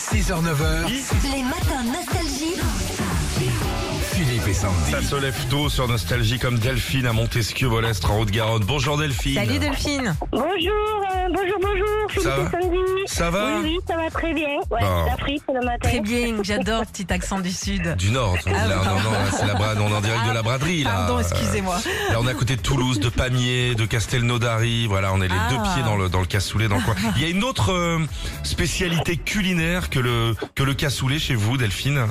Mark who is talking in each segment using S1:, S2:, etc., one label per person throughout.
S1: 6h-9h,
S2: Les matins nostalgiques.
S1: Philippe et Sandy.
S3: Ça se lève tôt sur Nostalgie comme Delphine à Montesquieu, Volestre, en Haute-Garonne. Bonjour Delphine.
S4: Salut Delphine.
S5: Bonjour, euh, bonjour, bonjour, Philippe
S3: Ça va
S5: et Sandy.
S3: Ça va
S5: Oui, oui, ça va très bien. Ouais,
S3: Bon.
S5: la fripe le matin.
S4: Très bien, j'adore le petit accent du sud.
S3: Du Nord, on est
S4: Ah
S3: là,
S4: oui,
S3: non,
S4: pardon.
S3: non, là, c'est la brade, on est en direct de la braderie, là.
S4: Pardon, excusez-moi.
S3: Euh, Là, on est à côté de Toulouse, de Pamiers, de Castelnaudary, voilà, on est les
S4: Ah.
S3: deux pieds dans le, dans le cassoulet, dans le coin. Il y a une autre euh, spécialité culinaire que le, que le cassoulet chez vous, Delphine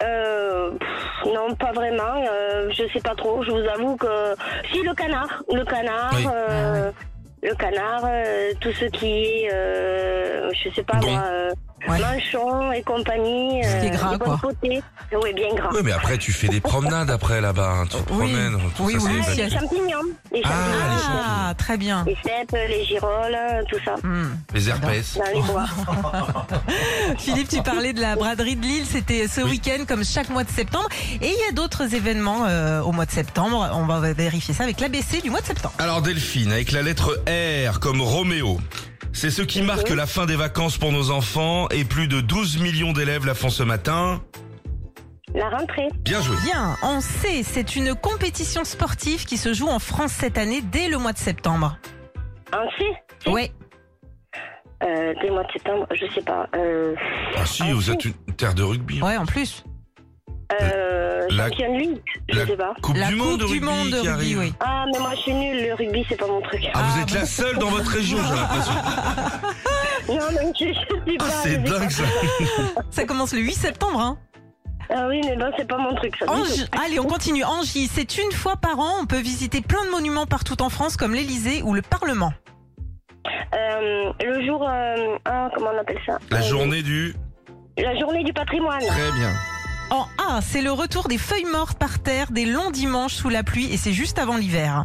S5: Euh, pff, non, pas vraiment. Euh, je sais pas trop. Je vous avoue que si le canard, le canard,
S3: Oui.
S5: euh,
S4: Ah
S5: le canard, euh, tout ce qui est, euh, je sais pas
S3: Bon.
S5: moi, euh,
S4: Ouais.
S5: manchon et compagnie,
S4: Ce qui est
S5: euh,
S4: gras,
S5: les bonnes
S4: quoi.
S5: potées. Oui, bien gras.
S3: Oui, mais après, tu fais des promenades après, là-bas, hein, tu te
S4: Oui.
S3: promènes, tout
S4: Oui,
S3: ça,
S4: oui,
S3: c'est
S4: si
S3: des
S5: Ah, les
S3: activités.
S4: elle-
S5: champignons, les
S3: bah. Ah,
S5: champignons,
S4: Ah, très bien.
S5: les cèpes, les girolles, tout ça,
S4: Hmm.
S3: les herpès.
S5: dans les
S4: Oh.
S5: bois.
S4: Philippe, tu parlais de la braderie de Lille, c'était ce
S3: Oui.
S4: week-end comme chaque mois de septembre. Et il y a d'autres événements euh, au mois de septembre. On va vérifier ça avec l'ABC du mois de septembre.
S3: Alors Delphine, avec la lettre R comme Roméo. C'est ce qui
S4: Mhm.
S3: marque la fin des vacances pour nos enfants et plus de 12 millions d'élèves la font ce matin.
S5: La rentrée.
S3: Bien joué.
S4: Bien, on sait, c'est une compétition sportive qui se joue en France cette année dès le mois de septembre.
S5: Ensuite,
S3: Oh.
S4: Ouais.
S5: euh, dès le mois de septembre, je sais pas. Euh,
S3: Ah si, vous êtes une terre de rugby. hein.
S4: Ouais, en plus.
S5: Euh,
S3: La-
S5: Champions League, je
S3: la-
S5: sais pas.
S3: Coupe
S4: la
S3: du
S4: Coupe
S3: monde de
S4: du
S3: rugby
S4: monde de
S3: qui
S4: rugby,
S3: arrive.
S4: oui.
S5: Ah, mais moi je suis nulle, le rugby c'est pas mon truc.
S3: Ah, vous
S4: Ah,
S3: êtes la seule dans votre région, j'ai l'impression.
S5: Non, mais je, je suis pas.
S3: Ah, C'est dingue ça.
S4: Ça commence le 8 septembre, hein.
S5: Ah oui, mais bon, c'est pas mon truc ça. du
S4: Ange-
S5: tout.
S4: allez, on continue. Angie, c'est une fois par an, on peut visiter plein de monuments partout en France, comme l'Elysée ou le Parlement.
S5: Euh, le jour. euh, ah, comment on appelle ça
S3: La
S5: Euh,
S3: journée du...
S5: La journée du patrimoine.
S3: Très bien.
S4: En A, c'est le retour des feuilles mortes par terre, des longs dimanches sous la pluie, et c'est juste avant l'hiver.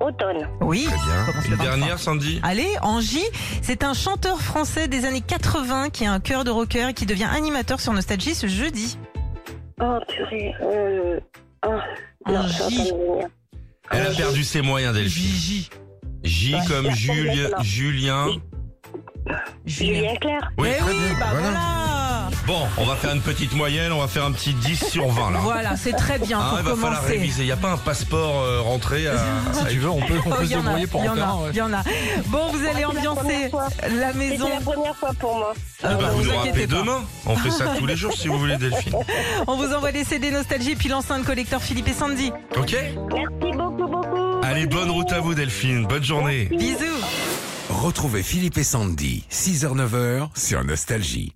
S5: Automne.
S4: Oui,
S3: Très
S4: ça Ah,
S3: bien.
S4: commence le
S3: Une
S4: 23.
S3: dernière, Sandy
S4: Allez, Angie, c'est un chanteur français des années 80 qui a un cœur de rocker et qui devient animateur sur Nostalgie ce jeudi.
S5: Oh, purée. Euh, ah, non,
S4: Un
S5: je suis en
S4: J.
S5: train de venir.
S3: Elle a perdu ses moyens, Delphine.
S4: Gigi.
S3: J
S5: Ouais.
S3: comme
S5: Ouais.
S3: Julien.
S5: Ouais.
S3: Julien.
S4: Julien.
S5: Julien Clerc.
S3: Oui,
S4: Eh
S3: très
S4: oui,
S3: bien.
S4: bah
S3: Voilà. Ah.
S4: voilà.
S3: Bon, on va faire une petite moyenne, on va faire un petit 10 sur 20 là.
S4: Voilà, c'est très bien
S3: Ah,
S4: pour
S3: il va falloir
S4: commencer.
S3: réviser. Il n'y a pas un passeport euh, rentré à.
S6: Si tu veux, on peut, on
S4: Oh,
S6: peut
S4: il
S6: se
S4: y en a,
S6: débrouiller pour
S4: il y
S6: en
S4: en
S6: faire
S4: a,
S6: un. ouais.
S4: il y en a. Bon, vous allez
S5: Ah, c'est la
S4: ambiancer
S5: première fois.
S4: la maison.
S5: C'était la première fois pour moi.
S4: Euh,
S3: Bah, vous
S4: vous
S3: nous
S4: inquiétez
S3: rappelez
S4: pas.
S3: demain. On fait ça tous les jours si vous voulez, Delphine.
S4: On vous envoie les CD Nostalgie et puis l'enceinte collecteur Philippe et Sandy.
S3: Ok
S5: Merci beaucoup, beaucoup.
S3: Allez, bonne route à vous, Delphine. Bonne journée.
S4: Bisous.
S1: Retrouvez Philippe et Sandy, 6h-9h sur Nostalgie.